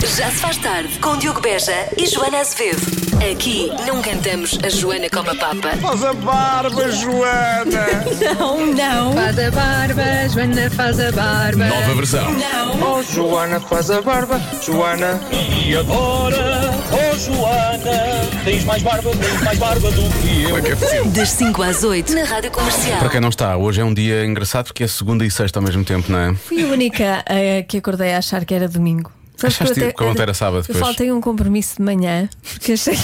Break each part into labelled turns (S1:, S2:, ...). S1: Já se faz tarde com Diogo Beja e Joana Azevedo. Aqui não cantamos a Joana como a Papa.
S2: Faz a barba, Joana!
S3: Não, não,
S4: Faz a barba, Joana faz a barba.
S5: Nova versão.
S3: não.
S2: Oh, Joana, faz a barba, Joana!
S6: E agora, oh Joana, tens mais barba, muito mais barba do que eu.
S1: Das 5 às 8 na Rádio Comercial.
S5: Para quem não está, hoje é um dia engraçado porque é segunda e sexta ao mesmo tempo, não é?
S3: Fui a única eh, que acordei a achar que era domingo. Sabes
S5: Achaste
S3: eu até-
S5: que ontem era sábado,
S3: Eu
S5: pois.
S3: faltei um compromisso de manhã porque achei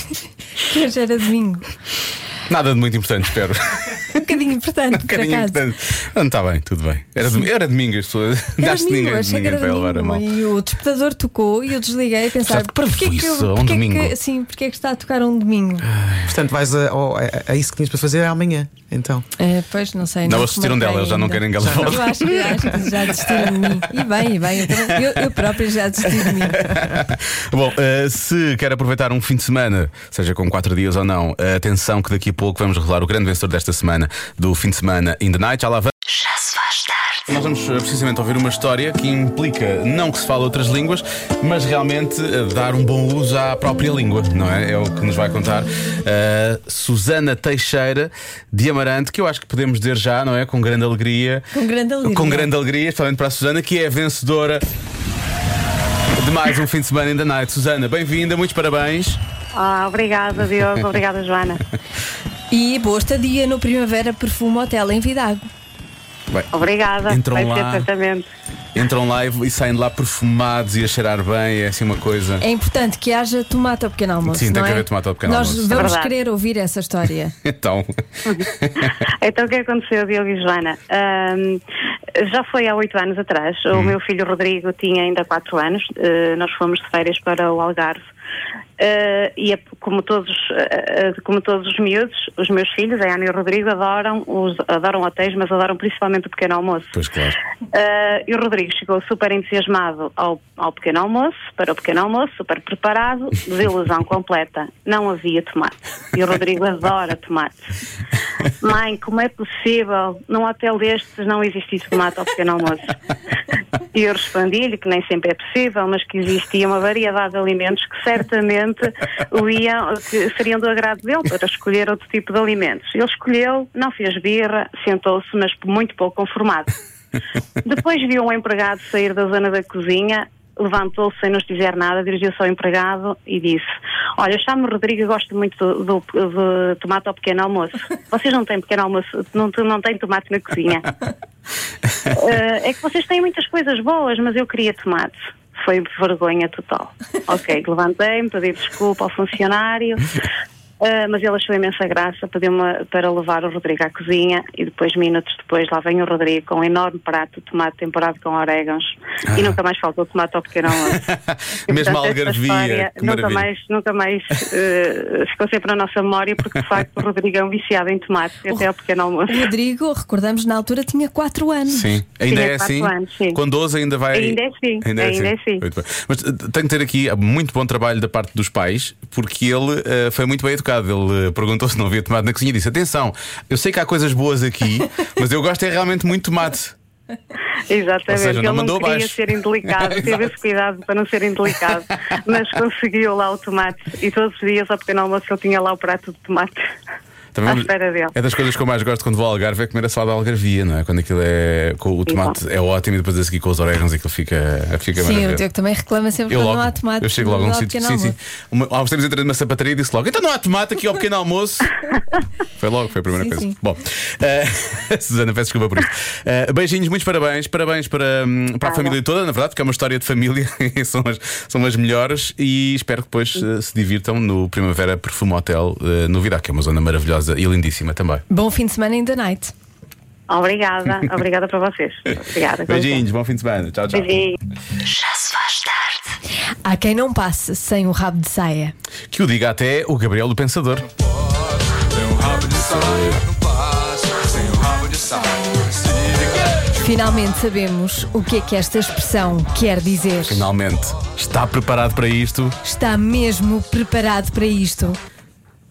S3: que hoje era domingo.
S5: Nada de muito importante, espero.
S3: Um bocadinho importante, por
S5: Carinha
S3: acaso.
S5: importante. Não está bem, tudo bem. Era, dom- era domingo, as pessoas.
S3: Era
S5: Dás-te
S3: domingo,
S5: ninguém,
S3: achei que
S5: ninguém
S3: era
S5: vai levar a
S3: domingo.
S5: mal.
S3: E o despertador tocou e eu desliguei a pensar:
S5: Sabe que prejuízo, um
S3: porquê
S5: domingo.
S3: que, sim, porquê que está a tocar um domingo?
S7: Portanto, vais a, ao- a- a isso que tinhas para fazer é amanhã. Então,
S3: Eh, pois, não sei.
S5: Não, eles desistiram
S3: comentei
S5: dela, eles já não
S3: ainda.
S5: querem que ela volte.
S3: Eu acho que, acho que já desistiram de mim. E bem, e bem, eu, eu própria já desisti de mim.
S5: Bom, eh, se quer aproveitar um fim de semana, seja com quatro dias ou não, eh, atenção que daqui a pouco vamos revelar o grande vencedor desta semana, do fim de semana In the Night. Já lá vamos.
S1: Já se faz tarde.
S5: Nós vamos eh, precisamente ouvir uma história que implica não que se fale outras línguas, mas realmente eh, dar um bom uso à própria língua, não é? É o que nos vai contar eh, Susana Teixeira de Amarante, que eu acho que podemos dizer já, não é? Com grande alegria.
S3: Com grande alegria.
S5: Com grande alegria, especialmente para a Susana, que é a vencedora de mais um fim de semana in the night. Susana, bem-vinda, muitos parabéns.
S8: Ah, obrigada, Diogo. Obrigada, Joana.
S3: E boa estadia no Primavera Perfume Hotel em Vidago.
S8: Obrigada.
S5: Entram
S8: Vai
S5: lá.
S8: ser certamente.
S5: Entram lá e e saem de lá perfumados e a cheirar bem, é assim uma coisa.
S3: É importante que haja tomate ao pequeno almoço.
S5: Sim, tem
S3: não
S5: que
S3: é?
S5: haver tomate ao pequeno
S3: Nós
S5: almoço.
S3: Nós vamos
S8: É verdade.
S3: querer ouvir essa história.
S5: Então.
S8: Então, o que aconteceu, Diogo e Joana? Ahm, já foi há oito anos atrás. O
S5: Hum.
S8: meu filho Rodrigo tinha ainda quatro anos. Eh, nós fomos de férias para o Algarve. Eh, e é p- como todos, eh, eh, como todos os miúdos, os meus filhos, a Ana e o Rodrigo, adoram, os, adoram hotéis, mas adoram principalmente o pequeno almoço.
S5: Pois claro.
S8: Ah, e o Rodrigo chegou super entusiasmado ao, ao pequeno almoço, para o pequeno almoço, super preparado, desilusão completa. Não havia tomate. E o Rodrigo adora tomate. Mãe, como é possível? Num hotel destes não existir tomate ao pequeno almoço. E eu respondi-lhe que nem sempre é possível, mas que existia uma variedade de alimentos que certamente o iam, que seriam do agrado dele para escolher outro tipo de alimentos. Ele escolheu, não fez birra, sentou-se, mas muito pouco conformado. Depois viu um empregado sair da zona da cozinha, levantou-se sem nos dizer nada, dirigiu-se ao empregado e disse: Olha, chamo Rodrigo e gosto muito do, do- de tomate ao pequeno almoço. Vocês não têm pequeno almoço, não, não têm tomate na cozinha. Eh, é que vocês têm muitas coisas boas, mas eu queria tomate. Foi vergonha total. Ok, levantei-me, pedi desculpa ao funcionário, eh, mas ele achou imensa graça, pediu-me para levar o Rodrigo à cozinha e depois, minutos depois, lá vem o Rodrigo com um enorme prato de tomate temperado com orégãos e nunca mais faltou tomate ao pequeno almoço. E,
S5: Ah. Mesmo a
S8: portanto, esta
S5: algarvia.
S8: história
S5: Que
S8: Nunca
S5: maravilha.
S8: mais, nunca mais eh, ficou sempre na nossa memória, porque de facto o Rodrigo é um viciado em tomate,
S3: Oh,
S8: até ao pequeno almoço.
S3: O Rodrigo, recordamos, na altura tinha 4 anos.
S5: Sim, ainda
S8: Tinha
S5: é
S8: quatro
S5: assim.
S8: anos, sim.
S5: Com 12 ainda vai.
S8: Ainda é assim, ainda é assim.
S5: Muito bem. Mas eh, tenho que ter aqui eh, muito bom trabalho da parte dos pais, porque ele eh, foi muito bem educado. Ele eh, perguntou se não havia tomate na cozinha e disse: Atenção, eu sei que há coisas boas aqui, mas eu gosto é realmente muito de tomate.
S8: Exatamente,
S5: Ou seja, não
S8: ele não
S5: mandou
S8: queria
S5: abaixo.
S8: ser indelicado, teve esse cuidado para não ser indelicado, mas conseguiu lá o tomate e todos os dias ao pequeno almoço ele tinha lá o prato de tomate.
S5: Também-
S8: À espera dele.
S5: É das coisas que eu mais gosto quando vou ao Algarve é comer a salada algarvia, não é? Quando aquilo é. Com o tomate é ótimo e depois a seguir com os orégãos aquilo fica, fica
S3: Sim, o
S5: maravilhoso.
S3: Diogo também reclama sempre
S5: Eu,
S3: quando
S5: logo,
S3: não há tomate.
S5: eu chego logo a um
S3: ao
S5: sítio.
S3: pequeno
S5: Sim, sim.
S3: almoço.
S5: Uma, há uns tempos entrei numa sapataria e disse logo: então não há tomate aqui ao pequeno almoço. foi logo, foi a primeira
S3: Sim,
S5: coisa.
S3: sim.
S5: Bom, eh, Susana, peço desculpa por isso. Eh, beijinhos, muitos parabéns. Parabéns para, hum, para a
S8: Nada.
S5: família toda, na verdade, porque é uma história de família e são as, são as melhores. E espero que depois eh, se divirtam no Primavera Perfume Hotel eh, no Vidá, que é uma zona maravilhosa e lindíssima também.
S3: Bom fim de semana in the night.
S8: Obrigada, obrigada para vocês. Obrigada. com
S5: Beijinhos, bom fim de semana. Tchau, tchau.
S8: licença. Beijinhos.
S1: Já se faz tarde.
S3: Há quem não passe sem o rabo de saia.
S5: Que o diga até o Gabriel do Pensador.
S3: Finalmente sabemos o que é que esta expressão quer dizer.
S5: Finalmente, está preparado para isto?
S3: Está mesmo preparado para isto?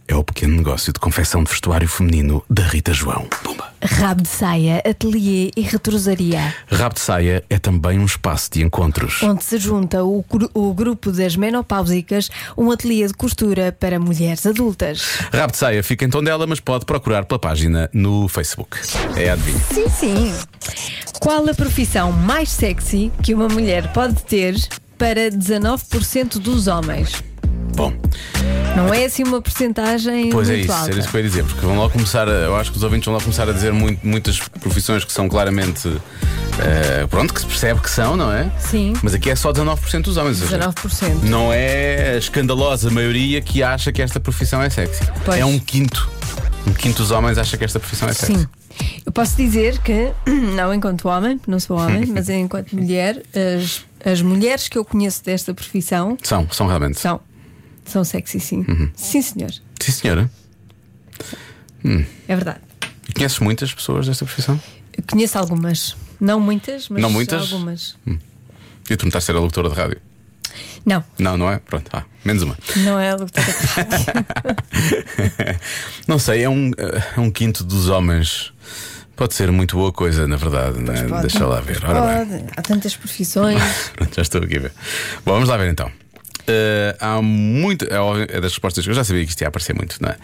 S5: é o pequeno negócio de confecção de vestuário feminino da Rita João. Pumba.
S3: Rabo de saia, ateliê e retrosaria,
S5: Rabo de Saia é também um espaço de encontros.
S3: onde se junta o, gru- o grupo das menopáusicas, um ateliê de costura para mulheres adultas.
S5: Rabo de Saia fica em Tondela, mas pode procurar pela página no Facebook. É adivinha.
S3: Sim, sim. Qual a profissão mais sexy que uma mulher pode ter para 19% dos homens?
S5: Bom,
S3: Não é assim uma porcentagem
S5: pois é
S3: muito
S5: isso,
S3: alta.
S5: era isso que eu ia dizer, porque vão logo começar, a, eu acho que os ouvintes vão logo começar a dizer muito- muitas profissões que são claramente. eh, pronto, que se percebe que são, não é?
S3: Sim.
S5: Mas aqui é só 19% dos homens. ou seja,
S3: 19%.
S5: Não é a escandalosa maioria que acha que esta profissão é sexy.
S3: Pois.
S5: É um quinto. Um quinto dos homens acha que esta profissão é sexy.
S3: Sim. Eu posso dizer que, não enquanto homem, não sou homem, mas enquanto mulher, as, as mulheres que eu conheço desta profissão
S5: São, são realmente.
S3: são, são sexy, sim.
S5: Uhum.
S3: Sim, senhor.
S5: Sim, senhora.
S3: É verdade.
S5: E Conheces muitas pessoas desta profissão?
S3: Eu conheço algumas. Não muitas, mas
S5: Não muitas?
S3: algumas.
S5: E tu não estás a ser a locutora de rádio?
S3: Não,
S5: Não, não é? Pronto, ah, menos uma.
S3: não é algo que
S5: não sei, é um, é um quinto dos homens. Pode ser muito boa coisa, na verdade. Né? Deixa lá ver. Ora bem.
S3: pode. Há tantas profissões.
S5: Pronto, já estou aqui a ver. Bom, vamos lá ver então. Eh, há muito. É, óbvio- é das respostas que eu já sabia que isto ia aparecer muito, não é?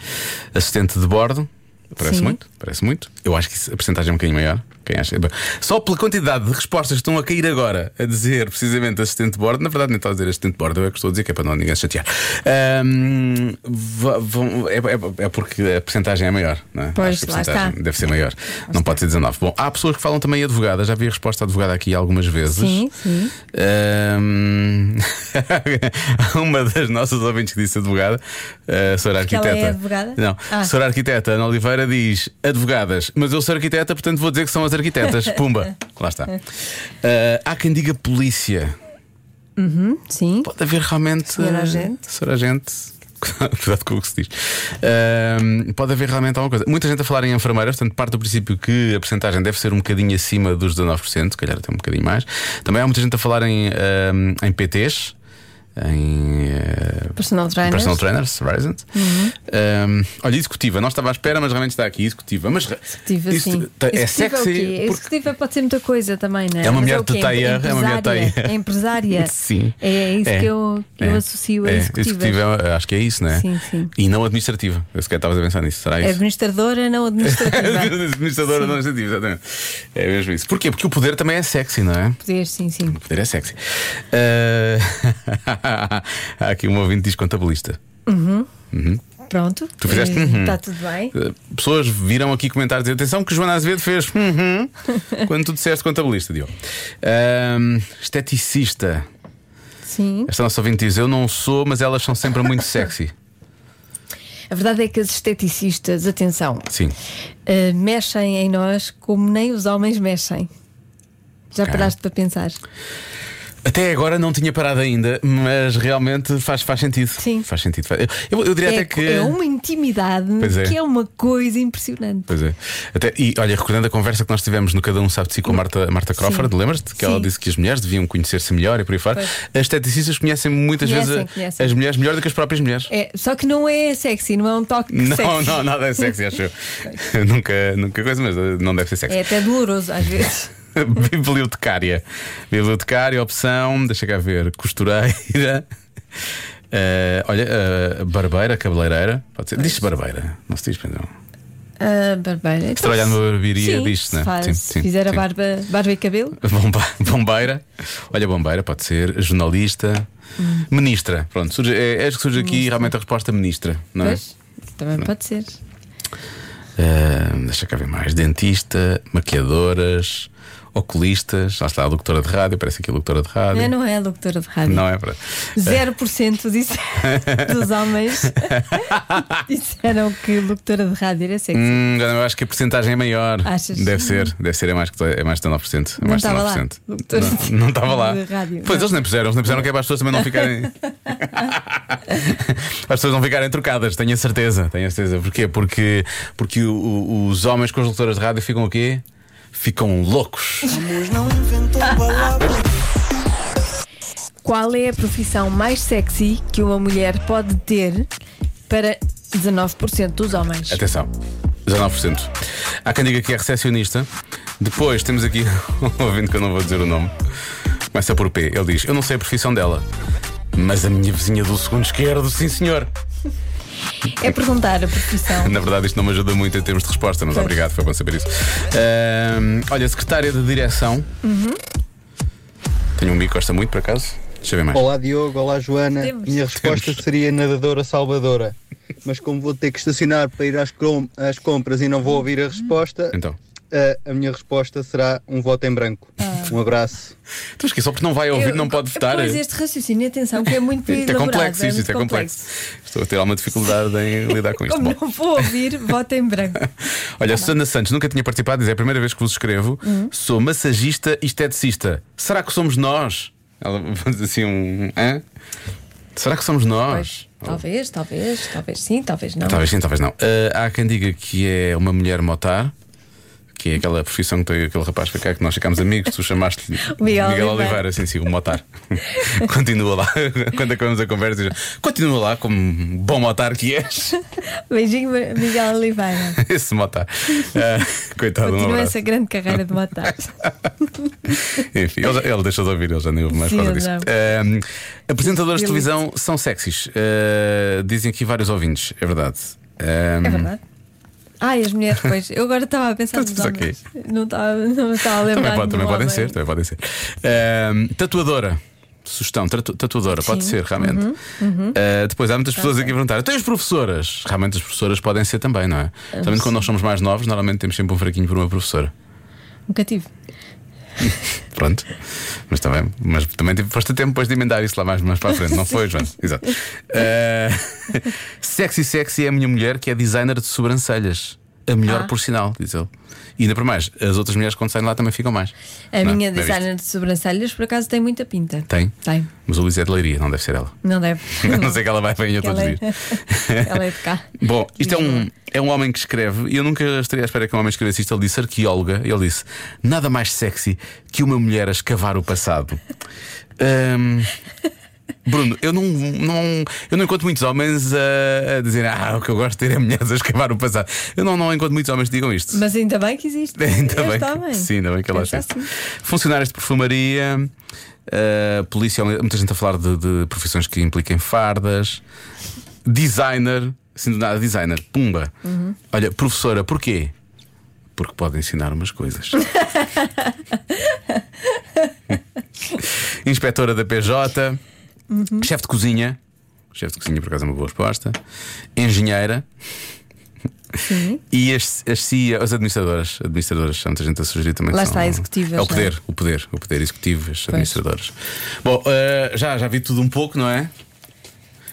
S5: Assistente de bordo. Parece
S3: Sim.
S5: muito, parece muito. Eu acho que isso- a porcentagem é um bocadinho maior. Quem acha? Bem, Só pela quantidade de respostas que estão a cair agora a dizer precisamente assistente de bordo, na verdade nem está a dizer assistente de bordo, eu é que estou a dizer que é para não ninguém se chatear. Ahm, va- vão- é, é- é porque a porcentagem é maior, não é?
S3: Pois,
S5: Acho que a
S3: lá está.
S5: porcentagem Deve ser maior. Não pode ser 19. Bom, há pessoas que falam também advogada, já vi a resposta advogada aqui algumas vezes.
S3: Sim, sim.
S5: Ahm, uma das nossas ouvintes que disse advogada, a senhora
S3: Porque ela
S5: arquiteta.
S3: é advogada?
S5: Não,
S3: Ah.
S5: a senhora arquiteta Ana Oliveira diz advogadas, mas eu sou arquiteta, portanto vou dizer que são as arquitetas. Pumba, lá está. Ah, há quem diga polícia.
S3: Sim.
S5: Pode haver realmente.
S3: Senhora agente.
S5: Senhora agente. Cuidado com o que se diz. Ahm, pode haver realmente alguma coisa. Muita gente a falar em enfermeiras, portanto, parte do princípio que a porcentagem deve ser um bocadinho acima dos 19%, se calhar até um bocadinho mais. Também há muita gente a falar em, ahm, em PTs, em eh,
S3: Personal trainers. Uhum.
S5: personal trainers, Verizon. Ahm, olha, executiva, não estava à espera, mas realmente está aqui, executiva. Mas re-
S3: Executiva,
S5: isto
S3: sim.
S5: tá- é
S3: Executiva
S5: sexy.
S3: o quê?
S5: porque-
S3: Executiva pode ser muita coisa também, não é?
S5: É uma
S3: Mas
S5: mulher
S3: o quê?
S5: de teia, é uma mulher de
S3: Empresária.
S5: teia.
S3: É empresária.
S5: Sim.
S3: É isso que eu, que eu
S5: É.
S3: associo a
S5: É,
S3: executiva.
S5: eu Acho que é isso, não é?
S3: Sim, sim.
S5: E não administrativa. Eu sequer estavas a pensar nisso. Será isso?
S3: Administradora, não administrativa.
S5: Administradora não administrativa, exatamente. É mesmo isso. Porquê? Porque o poder também é sexy, não é?
S3: Poder, sim, sim.
S5: O poder é sexy. Ah, Há aqui um ouvinte diz contabilista.
S3: Pronto.
S5: Tu fizeste,
S3: Eh,
S5: uhum.
S3: Está tudo bem.
S5: Ah, Pessoas viram aqui comentários dizer atenção que Joana Azevedo fez uhum", quando tu disseste contabilista, Diogo. Ah, esteticista.
S3: Sim.
S5: Esta nossa ouvinte diz: Eu não sou, mas elas são sempre muito sexy.
S3: A verdade é que as esteticistas, atenção,
S5: Sim.
S3: eh, mexem em nós como nem os homens mexem. Já
S5: Ok.
S3: paraste para pensar?
S5: Até agora não tinha parado ainda, mas realmente faz, faz sentido.
S3: Sim.
S5: Faz sentido. Faz- Eu, eu diria até
S3: É,
S5: que.
S3: é uma intimidade
S5: Pois é.
S3: que é uma coisa impressionante.
S5: Pois é. Até, e olha, recordando a conversa que nós tivemos no Cada Um Sabe de Si com a Marta, a Marta Crawford, lembras-te? Que ela
S3: Sim.
S5: disse que as mulheres deviam conhecer-se melhor e por aí fora. As esteticistas conhecem muitas
S3: Conhecem,
S5: vezes a-
S3: conhecem.
S5: as mulheres melhor do que as próprias mulheres.
S3: É, só que não é sexy, não é um toque
S5: Não,
S3: sexy.
S5: não, nada é sexy, acho eu. nunca, nunca coisa, mas eh, não deve ser sexy.
S3: É até doloroso às vezes.
S5: Bibliotecária. Bibliotecária, opção, deixa cá ver, costureira. Eh, olha, eh, barbeira, cabeleireira. Pode ser. Diz-se barbeira, não se diz, perdão.
S3: Ah, barbeira. Então,
S5: Se trabalhar numa barbearia,
S3: sim,
S5: diz-se,
S3: se
S5: né?
S3: faz-
S5: Sim,
S3: se
S5: sim,
S3: fizer a
S5: sim.
S3: barba, barba e cabelo,
S5: Bomba, bombeira. Olha, bombeira, pode ser. Jornalista.
S3: Hum.
S5: Ministra. Pronto, surge, é, acho que surge aqui realmente a resposta ministra, não Tá é?
S3: pois, também pode ser.
S5: Ah, deixa cá ver mais. Dentista, maquiadoras, oculistas. Lá está a locutora de rádio, parece aqui a locutora de rádio.
S3: Não, não é locutora de rádio.
S5: Não é para.
S3: 0% disse, dos homens disseram que locutora de rádio era sexy.
S5: Hum, eu acho que a porcentagem é maior.
S3: Achas?
S5: Deve ser, deve ser, é mais, que- é mais de 9%. É
S3: Não
S5: mais de
S3: estava lá.
S5: 9%.
S3: Doutor
S5: Não- Não estava lá.
S3: de rádio,
S5: Pois
S3: não.
S5: eles nem puseram, eles nem puseram que é para as pessoas também não ficarem. as pessoas não ficarem trocadas, tenho a certeza. Tenho a certeza. Porquê? Porque, porque o- o- os homens com as locutoras de rádio ficam o quê? Ficam loucos.
S3: Qual é a profissão mais sexy que uma mulher pode ter para 19% dos homens?
S5: Atenção. 19%. Há quem diga que é recepcionista. Depois temos aqui um ouvinte que eu não vou dizer o nome. Começa por P. Ele diz: Eu não sei a profissão dela, mas a minha vizinha do segundo esquerdo, sim senhor.
S3: É perguntar a profissão.
S5: Na verdade, isto não me ajuda muito em termos de resposta, mas
S3: Pois.
S5: obrigado, foi bom saber isso. Ahm, olha, secretária de direção.
S3: Uhum.
S5: Tenho um amigo que gosta muito, por acaso. Deixa eu ver mais.
S9: Olá Diogo, olá Joana.
S3: Temos.
S9: Minha resposta seria nadadora salvadora. Mas como vou ter que estacionar para ir às, crom- às compras e não vou ouvir a resposta,
S5: Então.
S9: eh, a, minha resposta será um voto em branco. Um abraço.
S5: Tu esqueci, é só porque não vai ouvir,
S3: Eu-
S5: não pode votar.
S3: Pois este raciocínio, atenção, que é muito
S5: Isto é
S3: elaborado.
S5: complexo, isto,
S3: muito
S5: isto é complexo. Estou a ter alguma dificuldade em lidar com isto.
S3: Como
S5: Bom.
S3: não vou ouvir, voto em branco. Tá
S5: Olha, a Susana Santos nunca tinha participado, diz é a primeira vez que vos escrevo.
S3: Uhum.
S5: Sou massagista e esteticista. Será que somos nós? Ela faz assim um. Hã? Será que somos nós?
S3: Pois, talvez, talvez, talvez sim, talvez não.
S5: Talvez sim, talvez não. Ah, há quem diga que é uma mulher motar. Que é aquela profissão que tem aquele rapaz para cá que nós ficámos amigos, tu chamaste-lhe
S3: Miguel
S5: Oliveira.
S3: Oliveira,
S5: sim, sim, o motar. Continua lá, quando acabamos a conversa, diz, continua lá como um bom motar que és.
S3: Beijinho, Miguel Oliveira.
S5: Esse motar. Ah, coitado, um
S3: Continua
S5: abraço.
S3: essa grande carreira de É matar.
S5: Enfim, ele, já- ele deixa de ouvir, ele já nem ouve mais
S3: Sim,
S5: por causa
S3: ele
S5: disso.
S3: já.
S5: Ahm, apresentadoras de
S3: Ele-
S5: televisão são sexys. Ah, dizem aqui vários ouvintes, é verdade. Ahm,
S3: É verdade. Ai, as mulheres, pois. Eu agora estava a pensar nos
S5: Estás a pensar
S3: homens. Não estava, não estava a lembrar.
S5: Também, pode- também
S3: do
S5: podem
S3: homem.
S5: ser, tá? também podem ser. Ahm, tatuadora. Sugestão, tatu- tatuadora, pode ser, realmente.
S3: Uhum,
S5: Ah, depois há muitas
S3: Tá
S5: pessoas aqui a perguntar: tens professoras? Realmente as professoras podem ser também, não é? Também quando nós somos mais novos, normalmente temos sempre um fraquinho por uma professora.
S3: Nunca tive.
S5: Pronto. Mas também, mas também tive- foste a tempo depois de emendar isso lá mais, mais para a frente, não foi, João? Exato. Eh, sexy Sexy é a minha mulher que é designer de sobrancelhas. A
S3: Ah.
S5: melhor por sinal, diz ele. E ainda para mais, as outras mulheres quando saem lá também ficam mais.
S3: A
S5: Não,
S3: minha
S5: não é visto?
S3: designer de sobrancelhas, por acaso, tem muita pinta.
S5: Tem?
S3: Tem.
S5: Mas o Luís é de leiria, não deve ser ela.
S3: Não deve.
S5: A não ser que ela vai bem a
S3: Que
S5: todos
S3: ela,
S5: os
S3: é,
S5: dias.
S3: ela é de cá.
S5: Bom, isto é um, é um homem que escreve, e eu nunca estaria à espera que um homem escrevesse isto. Ele disse arqueóloga, ele disse: nada mais sexy que uma mulher a escavar o passado. Ahm, Bruno, eu não, não- eu não encontro muitos homens a, a dizer ah, o que eu gosto de ter é mulheres a escavar o passado. Eu não, não encontro muitos homens que digam isto.
S3: Mas ainda bem que existe.
S5: né? Ainda bem,
S3: Está
S5: que-
S3: bem.
S5: Sim, ainda bem que ela
S3: Pensa
S5: acha.
S3: assim.
S5: Funcionários de perfumaria, ah, polícia, muita gente a falar de, de profissões que impliquem fardas, designer, assim do nada, designer, pumba. Olha, professora, porquê? Porque pode ensinar umas coisas. Inspetora da PJ,
S3: Uhum.
S5: chefe de cozinha, chefe de cozinha por acaso é uma boa resposta, engenheira. E as, as CIA, as administradoras, administradoras, há muita gente a sugerir também.
S3: Lá
S5: que são-
S3: está, executivas,
S5: É o
S3: não é?
S5: poder, o poder, o poder executivo, as administradoras. Bom, eh, já, já vi tudo um pouco, não é?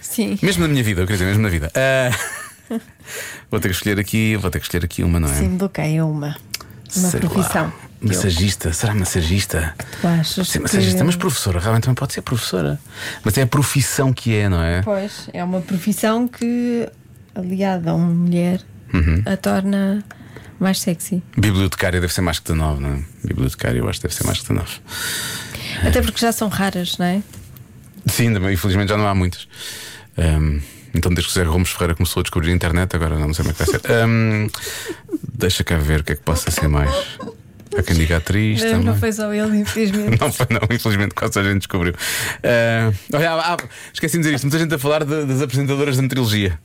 S3: Sim.
S5: Mesmo na minha vida, eu queria dizer, mesmo na vida. Eh, vou ter que escolher aqui, vou ter que escolher aqui uma, não é?
S3: Sim, bloqueia uma. Uma
S5: Sei lá.
S3: profissão.
S5: Massagista, será massagista?
S3: Tu achas
S5: Sim,
S3: que-
S5: massagista, mas professora, realmente também pode ser professora. Mas é a profissão que é, não é?
S3: Pois, é uma profissão que, aliada a uma mulher,
S5: Uhum.
S3: a torna mais sexy.
S5: Bibliotecária deve ser mais que 19, não é? Bibliotecária eu acho que deve ser mais que 19. É.
S3: Até porque já são raras, não é?
S5: Sim, também, infelizmente já não há muitas. Ahm, então, desde que o José Gomes Ferreira começou a descobrir a internet, agora não sei como é que vai ser. Ahm, deixa cá ver o que é que possa ser mais. Há quem diga atriz
S3: Não,
S5: também.
S3: foi só ele, infelizmente.
S5: Não foi, não, infelizmente quase toda a gente descobriu. Ah, olha, há- há- esqueci de dizer isto, muita gente a falar de- das apresentadoras da metrilogia.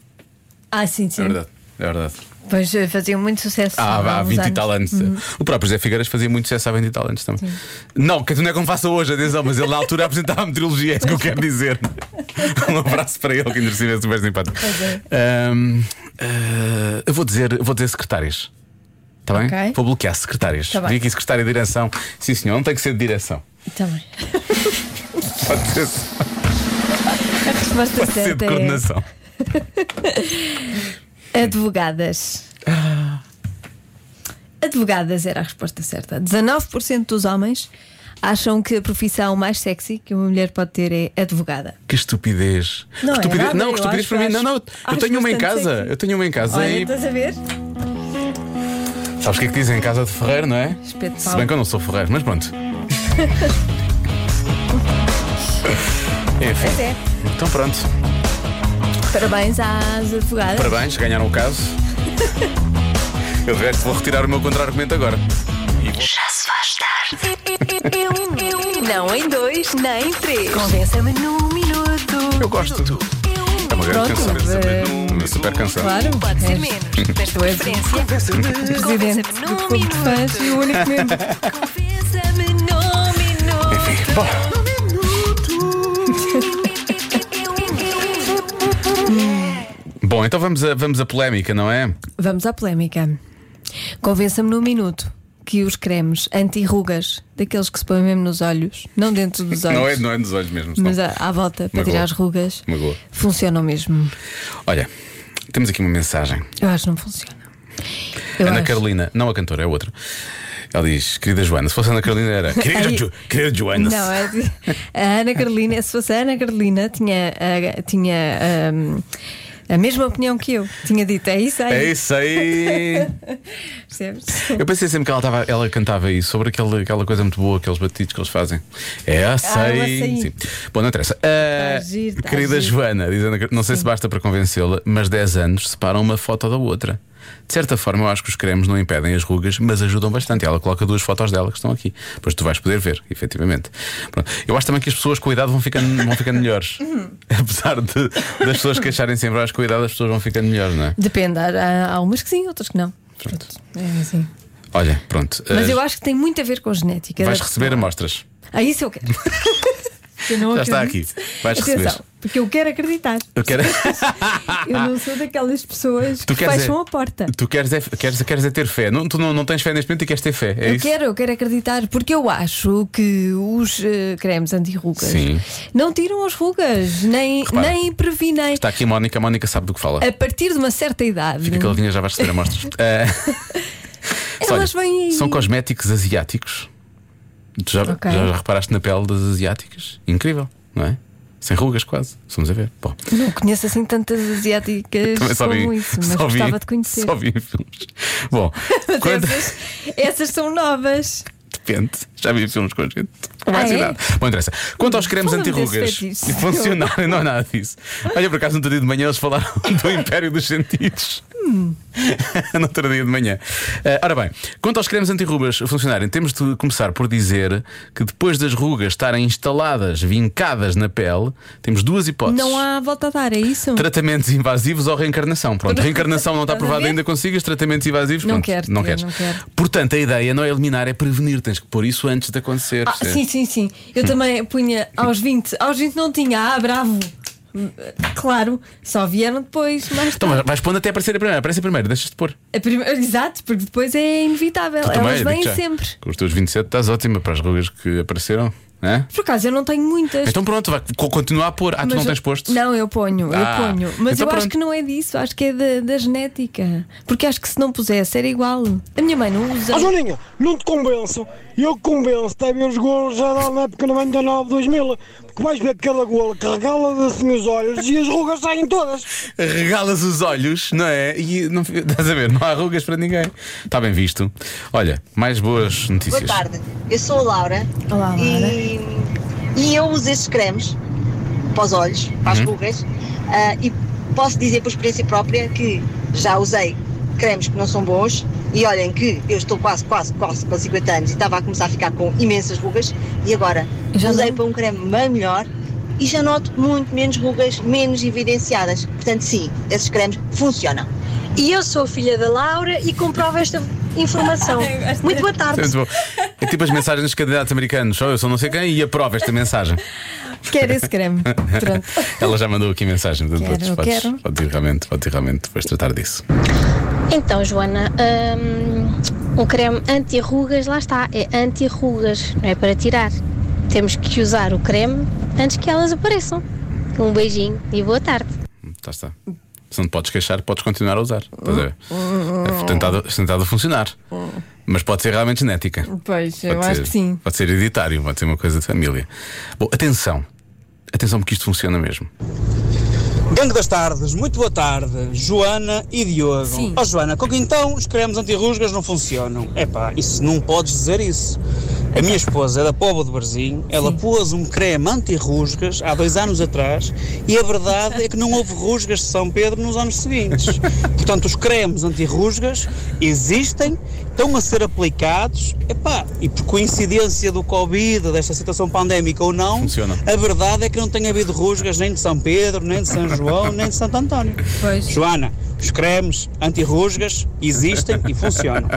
S3: ah, sim, sim.
S5: É verdade, é verdade.
S3: Pois eh, faziam muito sucesso.
S5: Há, Ah, há,
S3: alguns
S5: 20 e
S3: anos. Uhum.
S5: tal anos. O próprio José Figueiras fazia muito sucesso há 20 e tal anos também. Não, que tu não é como faça hoje, atenção, mas ele na altura apresentava a meteorologia, é isso que eu quero dizer.
S3: é.
S5: Um abraço para ele, que ainda recebeu super simpático. Ahm, ah, eu vou dizer, eu vou dizer secretárias. Está bem?
S3: Ok.
S5: Vou bloquear secretárias.
S3: Tá bem.
S5: Vi aqui secretária de direção. Sim, senhor, não tem que ser de direção.
S3: Também.
S5: Pode ser,
S3: A resposta
S5: pode ser de
S3: certa é
S5: coordenação.
S3: advogadas. Advogadas era a resposta certa. 19% dos homens acham que a profissão mais sexy que uma mulher pode ter é advogada.
S5: Que estupidez.
S3: Não
S5: que
S3: é
S5: estupidez.
S3: nada,
S5: não,
S3: eu
S5: que estupidez
S3: acho-
S5: para mim.
S3: acho-
S5: não, não. Eu
S3: acho
S5: tenho uma em
S3: bastante
S5: casa.
S3: sexy.
S5: Eu tenho uma em casa
S3: Olha,
S5: e.
S3: estás a ver?
S5: Sabes o que é que dizem em casa de Ferreiro, não é?
S3: Espeto de
S5: Se
S3: pau.
S5: bem que eu não sou Ferreiro, mas pronto. Enfim,
S3: É.
S5: então pronto.
S3: Parabéns às advogadas.
S5: Parabéns, ganharam o caso. Eu de resto vou retirar o meu contra-argumento agora.
S1: Já se faz tarde.
S3: um,
S1: Não em dois, nem em três. Convença-me num minuto.
S5: Eu gosto de tu. É uma grande
S3: Pronto,
S5: canção.
S3: eh,
S5: Uma super canção.
S3: Claro,
S1: Pode ser
S3: és
S1: menos, mas de preferência.
S3: presidente
S1: Convença-me
S3: do
S1: num
S3: clube de fãs e o
S1: minuto.
S3: único membro.
S1: Convença-me num minuto.
S5: Enfim, bom. Bom, então vamos a, vamos a polémica, não é?
S3: Vamos à polémica. Convença-me num minuto que os cremes anti-rugas, daqueles que se põem mesmo nos olhos, não dentro dos olhos,
S5: Não é, não é nos olhos mesmo. senão-
S3: mas à, à volta para
S5: Magoa.
S3: tirar as rugas,
S5: Magoa.
S3: funcionam mesmo.
S5: Olha, temos aqui uma mensagem.
S3: Eu acho que não funciona. Eu
S5: Ana
S3: acho.
S5: Carolina, não a cantora, é outra. Ela diz, querida Joana, se fosse Ana Carolina era querida,
S3: Ai.
S5: jo, querida Joana.
S3: Não, é de- a Ana Carolina, se fosse a Ana Carolina, tinha, a, tinha hum, a mesma opinião que eu. Tinha dito, é isso aí.
S5: É isso aí.
S3: Percebes?
S5: Eu pensei sempre que ela, tava- ela cantava isso sobre aquele, aquela coisa muito boa, aqueles batidos que eles fazem.
S3: Ah,
S5: É açaí.
S3: açaí.
S5: Sim. Bom, não interessa. Ah,
S3: Tá giro, tá
S5: querida
S3: giro.
S5: Joana, diz Ana Car- não sei se basta para convencê-la, mas 10 anos separam uma foto da outra. De certa forma, eu acho que os cremes não impedem as rugas, mas ajudam bastante. Ela coloca duas fotos dela que estão aqui. Pois tu vais poder ver, efetivamente. Pronto. Eu acho também que as pessoas com idade vão ficando, vão ficando melhores.
S3: Uhum.
S5: Apesar de, das pessoas que acharem sempre às com idade, as pessoas vão ficando melhores, não é?
S3: Depende, há, há umas que sim, outras que não. É assim.
S5: Olha, pronto.
S3: Mas
S5: Ah,
S3: eu acho que tem muito a ver com a genética.
S5: vais
S3: da pessoa.
S5: receber amostras.
S3: Ah, isso eu quero. Eu não
S5: Já está
S3: acredito.
S5: aqui. Vais
S3: Atenção,
S5: receber.
S3: porque eu quero acreditar.
S5: Eu quero.
S3: Eu não sou daquelas pessoas
S5: Tu
S3: que
S5: queres
S3: fecham
S5: é-
S3: a porta.
S5: Tu queres é, queres, queres é ter fé. Não, tu não, não tens fé neste momento e queres ter fé. É
S3: eu
S5: isso?
S3: quero, eu quero acreditar, porque eu acho que os eh, cremes anti-rugas
S5: Sim.
S3: não tiram as rugas, nem,
S5: Repara.
S3: nem previnem.
S5: Está aqui a Mónica, a Mónica sabe do que fala.
S3: A partir de uma certa idade,
S5: Fica caladinha, já vais receber amostras. Ah, só
S3: elas
S5: olha,
S3: vêm.
S5: São cosméticos asiáticos. Tu já,
S3: Ok.
S5: já reparaste na pele das asiáticas? Incrível, não é? Sem rugas quase. Vamos a ver. Bom,
S3: Não conheço assim tantas asiáticas
S5: também só vi.
S3: como isso, mas
S5: só vi-
S3: gostava de conhecer.
S5: Só vi em filmes. Bom,
S3: Mas é
S5: quando-
S3: essas, essas são novas.
S5: Depende. Já vi filmes com gente. Com mais
S3: Ah, é?
S5: idade. Bom, interessa. Quanto aos cremes
S3: Fala-me
S5: antirrugas,
S3: desse fetiche.
S5: funcionarem, não é nada disso. Olha, por acaso, no outro dia de manhã eles falaram do Império dos Sentidos. no outro dia de manhã. Ah, ora bem, quanto aos cremes antirrugas funcionarem, temos de começar por dizer que depois das rugas estarem instaladas, vincadas na pele, temos duas hipóteses.
S3: Não há volta a dar, é isso?
S5: Tratamentos invasivos ou reencarnação. Pronto, reencarnação não está
S3: Estás a
S5: aprovada
S3: ver?
S5: ainda consigo, os tratamentos invasivos
S3: Não
S5: pronto,
S3: quero,
S5: não
S3: eu
S5: queres.
S3: não quero.
S5: Portanto, a ideia não é eliminar, é prevenir. Tens que pôr isso antes de acontecer.
S3: Ah,
S5: percebes?
S3: sim, sim, sim.
S5: Hum.
S3: Eu também punha aos 20. Aos 20 não tinha. Ah, bravo. Claro, só vieram depois. Mais
S5: Então
S3: tarde.
S5: mas vais pondo até aparecer a primeira. Aparece a primeira, deixas de pôr.
S3: A prime- Exato, porque depois é inevitável.
S5: Tu
S3: Elas
S5: eu digo
S3: vêm
S5: já.
S3: sempre.
S5: Com os teus 27 estás ótima para as rugas que apareceram. Hã?
S3: Por acaso eu não tenho muitas.
S5: Então pronto, vai co- continuar a pôr. Ah, tu
S3: mas
S5: não
S3: eu-
S5: tens posto.
S3: Não, eu ponho,
S5: Ah,
S3: eu ponho. Mas
S5: então
S3: eu acho
S5: pronto.
S3: que não é disso, acho que é da, da genética. Porque acho que se não pusesse era igual. A minha mãe não usa.
S10: Ó Joaninha, não te convenço, eu convenço, tem ver os golos já lá na época 99, 2000, porque vais ver cada golo que regala assim os olhos e as rugas saem todas.
S5: Regalas os olhos, não é? E não, estás a ver, não há rugas para ninguém. Está bem visto. Olha, mais boas notícias.
S11: eu sou a Laura
S3: Olá, Laura.
S11: e, e eu uso estes cremes para os olhos, para as rugas, ah, e posso dizer por experiência própria que já usei cremes que não são bons e olhem que eu estou quase, quase, quase com 50 anos e estava a começar a ficar com imensas rugas e agora
S3: Já
S11: usei
S3: não?
S11: para um creme bem melhor e já noto muito menos rugas, menos evidenciadas. Portanto, sim, esses cremes funcionam.
S4: E eu sou a filha da Laura e comprovo esta informação.
S3: Ah, é,
S4: Muito boa tarde.
S5: Muito bom. É tipo as mensagens dos candidatos americanos. Só eu sou não sei quem e aprova esta mensagem.
S3: Quer esse creme. Pronto.
S5: Ela já mandou aqui mensagem. portanto, podes,
S3: Quero,
S5: podes,
S3: quero.
S5: podes ir realmente, podes ir realmente depois tratar disso.
S10: Então, Joana, hum, o creme anti-rugas, lá está, é anti-rugas, não é para tirar. Temos que usar o creme antes que elas apareçam. Um beijinho e boa tarde.
S5: Tá está. Se não te podes queixar, podes continuar a usar. Estás a ver? É tentado, tentado a funcionar. Mas pode ser realmente genética.
S3: Pois, eu
S5: Pode
S3: acho
S5: ser-
S3: que sim.
S5: Pode ser hereditário, pode ser uma coisa de família. Bom, atenção. Atenção, porque isto funciona mesmo.
S6: Gangue das tardes, muito boa tarde, Joana e Diogo.
S3: Sim.
S6: Ó Joana, com que então os cremes anti-rusgas não funcionam? Epá, isso não podes dizer isso. A minha esposa é da Póvoa do Barzinho, ela pôs um creme anti-rusgas há dois anos atrás e a verdade é que não houve rusgas de São Pedro nos anos seguintes. Portanto, os cremes anti-rusgas existem, estão a ser aplicados, epá, e por coincidência do Covid, desta situação pandémica ou não,
S5: Funciona.
S6: a verdade é que não tem havido rusgas nem de São Pedro, nem de São João, nem de Santo António. Joana, os cremes anti-rusgas existem e funcionam.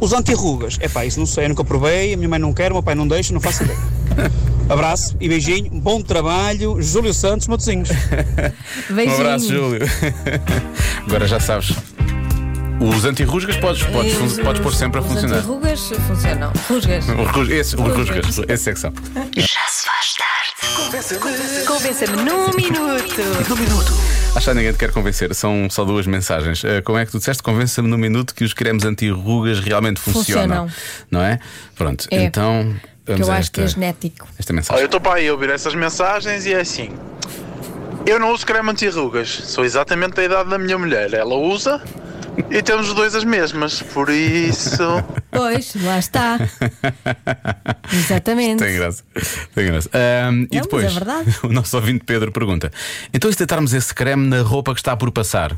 S6: Os anti-rugas, é pá, isso não sei, eu nunca provei, a minha mãe não quer, o meu pai não deixa, não faço ideia. Abraço e beijinho, bom trabalho, Júlio Santos Matosinhos.
S3: É
S5: Um abraço, Júlio. Agora já sabes. Os anti-rusgas podes, podes,
S3: E os-
S5: podes pôr sempre a
S3: os
S5: funcionar.
S3: antirrugas funcionam. Rusgas.
S5: Os rus- Esse, os rusgas, esse é que sabe.
S1: Já se faz tarde. Convença-me num minuto. Num minuto.
S5: Acho que ninguém te quer convencer, são só duas mensagens. Eh, como é que tu disseste? Convença-me no minuto que os cremes anti-rugas realmente funcionam.
S3: Funcionam.
S5: Não é? Pronto,
S3: É.
S5: então
S3: Que
S5: vamos
S3: eu
S5: a
S3: acho que
S5: esta,
S3: é genético.
S5: esta mensagem.
S12: Olha, eu estou para aí a ouvir essas mensagens e é assim. Eu não uso creme anti-rugas, sou exatamente da idade da minha mulher. Ela usa e temos os dois as mesmas, por isso.
S3: Pois, lá está. Exatamente.
S5: Tem graça. Tem graça. Ahm, e
S3: Não, mas
S5: depois,
S3: é verdade.
S5: o nosso ouvinte Pedro pergunta: então e se deitarmos esse creme na roupa que está por passar?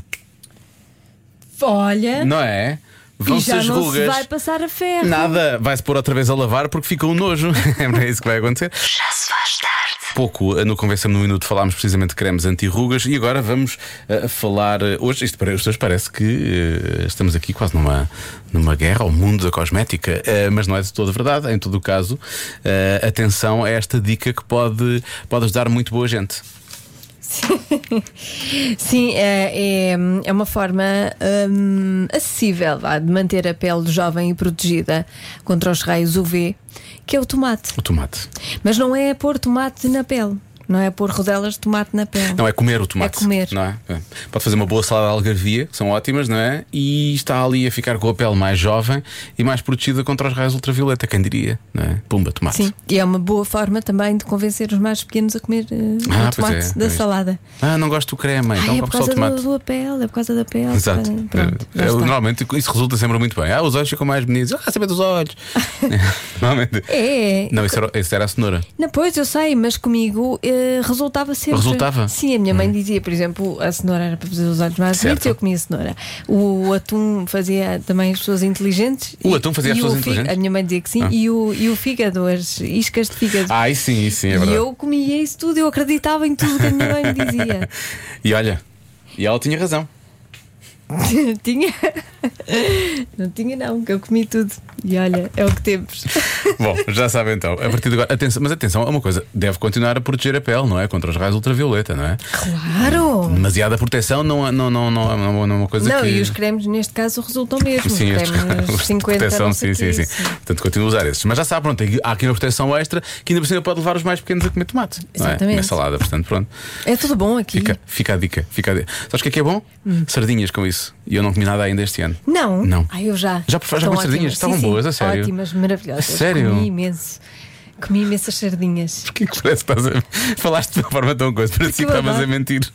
S3: Olha.
S5: Não é?
S3: e
S5: Vão-se
S3: já
S5: as
S3: não se
S5: rugas.
S3: vai passar a ferro.
S5: Nada, vai-se pôr outra vez a lavar porque fica um nojo. é isso que vai acontecer.
S1: Já se faz tarde.
S5: Pouco eh, no Convenção no Minuto falámos precisamente de cremes anti-rugas e agora vamos eh, falar. eh, hoje, isto para hoje parece que eh, estamos aqui quase numa, numa guerra ao mundo da cosmética, eh, mas não é de toda verdade. Em todo o caso, eh, atenção a esta dica que pode, pode ajudar muito boa gente.
S3: Sim, é, é, é uma forma hum, acessível vá, de manter a pele jovem e protegida contra os raios UV, que é o tomate.
S5: O tomate.
S3: Mas não é pôr tomate na pele, não é pôr rodelas de tomate na pele.
S5: Não é comer o tomate.
S3: É comer.
S5: Não é? É. Pode fazer uma boa salada de algarvia, que são ótimas, não é? E está ali a ficar com a pele mais jovem e mais protegida contra os raios ultravioleta, quem diria, não é? Pumba, tomate.
S3: Sim, e é uma boa forma também de convencer os mais pequenos a comer eh,
S5: Ah, pois
S3: o
S5: é,
S3: tomate
S5: é
S3: da
S5: isto.
S3: salada.
S5: Ah, não gosto do creme, então
S3: Ai, é
S5: vamos
S3: por
S5: só o
S3: causa da,
S5: tomate.
S3: da pele, é por causa da pele.
S5: Exato.
S3: Pronto, já
S5: É,
S3: está.
S5: normalmente isso resulta sempre muito bem. Ah, os olhos ficam mais bonitos. Ah, saber dos olhos. normalmente.
S3: É,
S5: Não, isso era, isso era a cenoura.
S3: Não, pois eu sei, mas comigo eh, resultava sempre.
S5: Resultava? Hum.
S3: Sim, a minha mãe dizia, por exemplo, a cenoura era para fazer os olhos mais bonitos,
S5: Certo.
S3: eu comia cenoura. O atum fazia também as pessoas inteligentes.
S5: O atum fazia as
S3: e o
S5: pessoas
S3: fí-
S5: inteligentes?
S3: A minha mãe dizia que sim,
S5: Ah.
S3: e, o, e o fígado, as iscas de fígado.
S5: Ai, sim, sim, é
S3: e
S5: verdade.
S3: eu comia isso tudo, eu acreditava em tudo que a minha mãe me dizia.
S5: E olha, e ela tinha razão.
S3: tinha. Não tinha, não, que eu comi tudo. E olha, é o que temos.
S5: Bom, já sabem então. A partir de agora, atenção, mas atenção, é uma coisa, deve continuar a proteger a pele, não é? Contra os raios ultravioleta, não é?
S3: Claro!
S5: Demasiada proteção não, é- não, não, não, é uma- não é uma coisa
S3: não,
S5: que.
S3: e os cremes neste caso resultam mesmo.
S5: Sim,
S3: os
S5: estes-
S3: cremes
S5: os de
S3: 50
S5: proteção,
S3: não
S5: sim,
S3: sei
S5: sim,
S3: quê,
S5: sim.
S3: sim.
S5: Portanto, continuo a usar esses. Mas já sabe, pronto, há aqui uma proteção extra que ainda por cima pode levar os mais pequenos a comer tomate. não é?
S3: Exatamente.
S5: Comer salada, portanto, pronto.
S3: É tudo bom aqui.
S5: Fica, fica a dica. Fica a dica. Sabes o que é que é bom?
S3: Hum.
S5: Sardinhas com isso. E eu não comi nada ainda este ano.
S3: Não?
S5: Não.
S3: Ah, eu já.
S5: Já provaste
S3: Estão
S5: algumas
S3: ótimas.
S5: sardinhas?
S3: Sim,
S5: Estavam
S3: sim.
S5: boas, a sério?
S3: Ótimas, maravilhosas.
S5: A sério?
S3: Comi imenso. Comi imensas sardinhas.
S5: Que parece que estás a... Falaste de uma forma tão coisa, parece que
S3: eu
S5: estavas a
S3: adoro.
S5: mentir.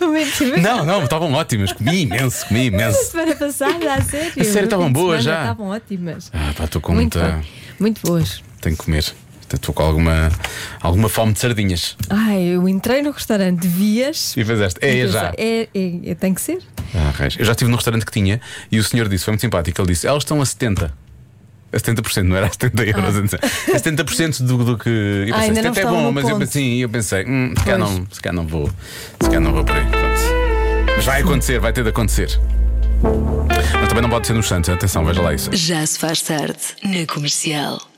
S3: Mentira.
S5: Não, não, estavam ótimas. Comi imenso, comi
S3: A
S5: imenso.
S3: semana passada, a sério.
S5: A sério, estavam
S3: No fim de
S5: boas
S3: semana
S5: já?
S3: Estavam ótimas.
S5: Ah, pá, estou com
S3: Muito
S5: muita.
S3: bom. Muito boas.
S5: Tenho que comer. Estou com alguma, alguma fome de sardinhas.
S3: Ai, eu entrei no restaurante, vias.
S5: E fizeste.
S3: e
S5: É, é
S3: pensei,
S5: já.
S3: É, é, é, tem que ser.
S5: Ah, raios. Eu já estive num restaurante que tinha e o senhor disse, foi muito simpático, ele disse, elas estão a 70. A 70%, não era a 70 euros. atenção. A 70% do, do que. Eu
S3: Ah,
S5: pensei,
S3: ainda não
S5: 70 é
S3: estava
S5: bom,
S3: no
S5: mas eu
S3: ponto.
S5: pensei, sim, eu pensei, hum, se calhar
S3: Pois.
S5: não, se calhar não vou. Se calhar não vou por aí. Pronto. Mas vai acontecer, vai ter de acontecer. Mas também não pode ser nos Santos, atenção, veja lá isso.
S1: Já se faz tarde na comercial.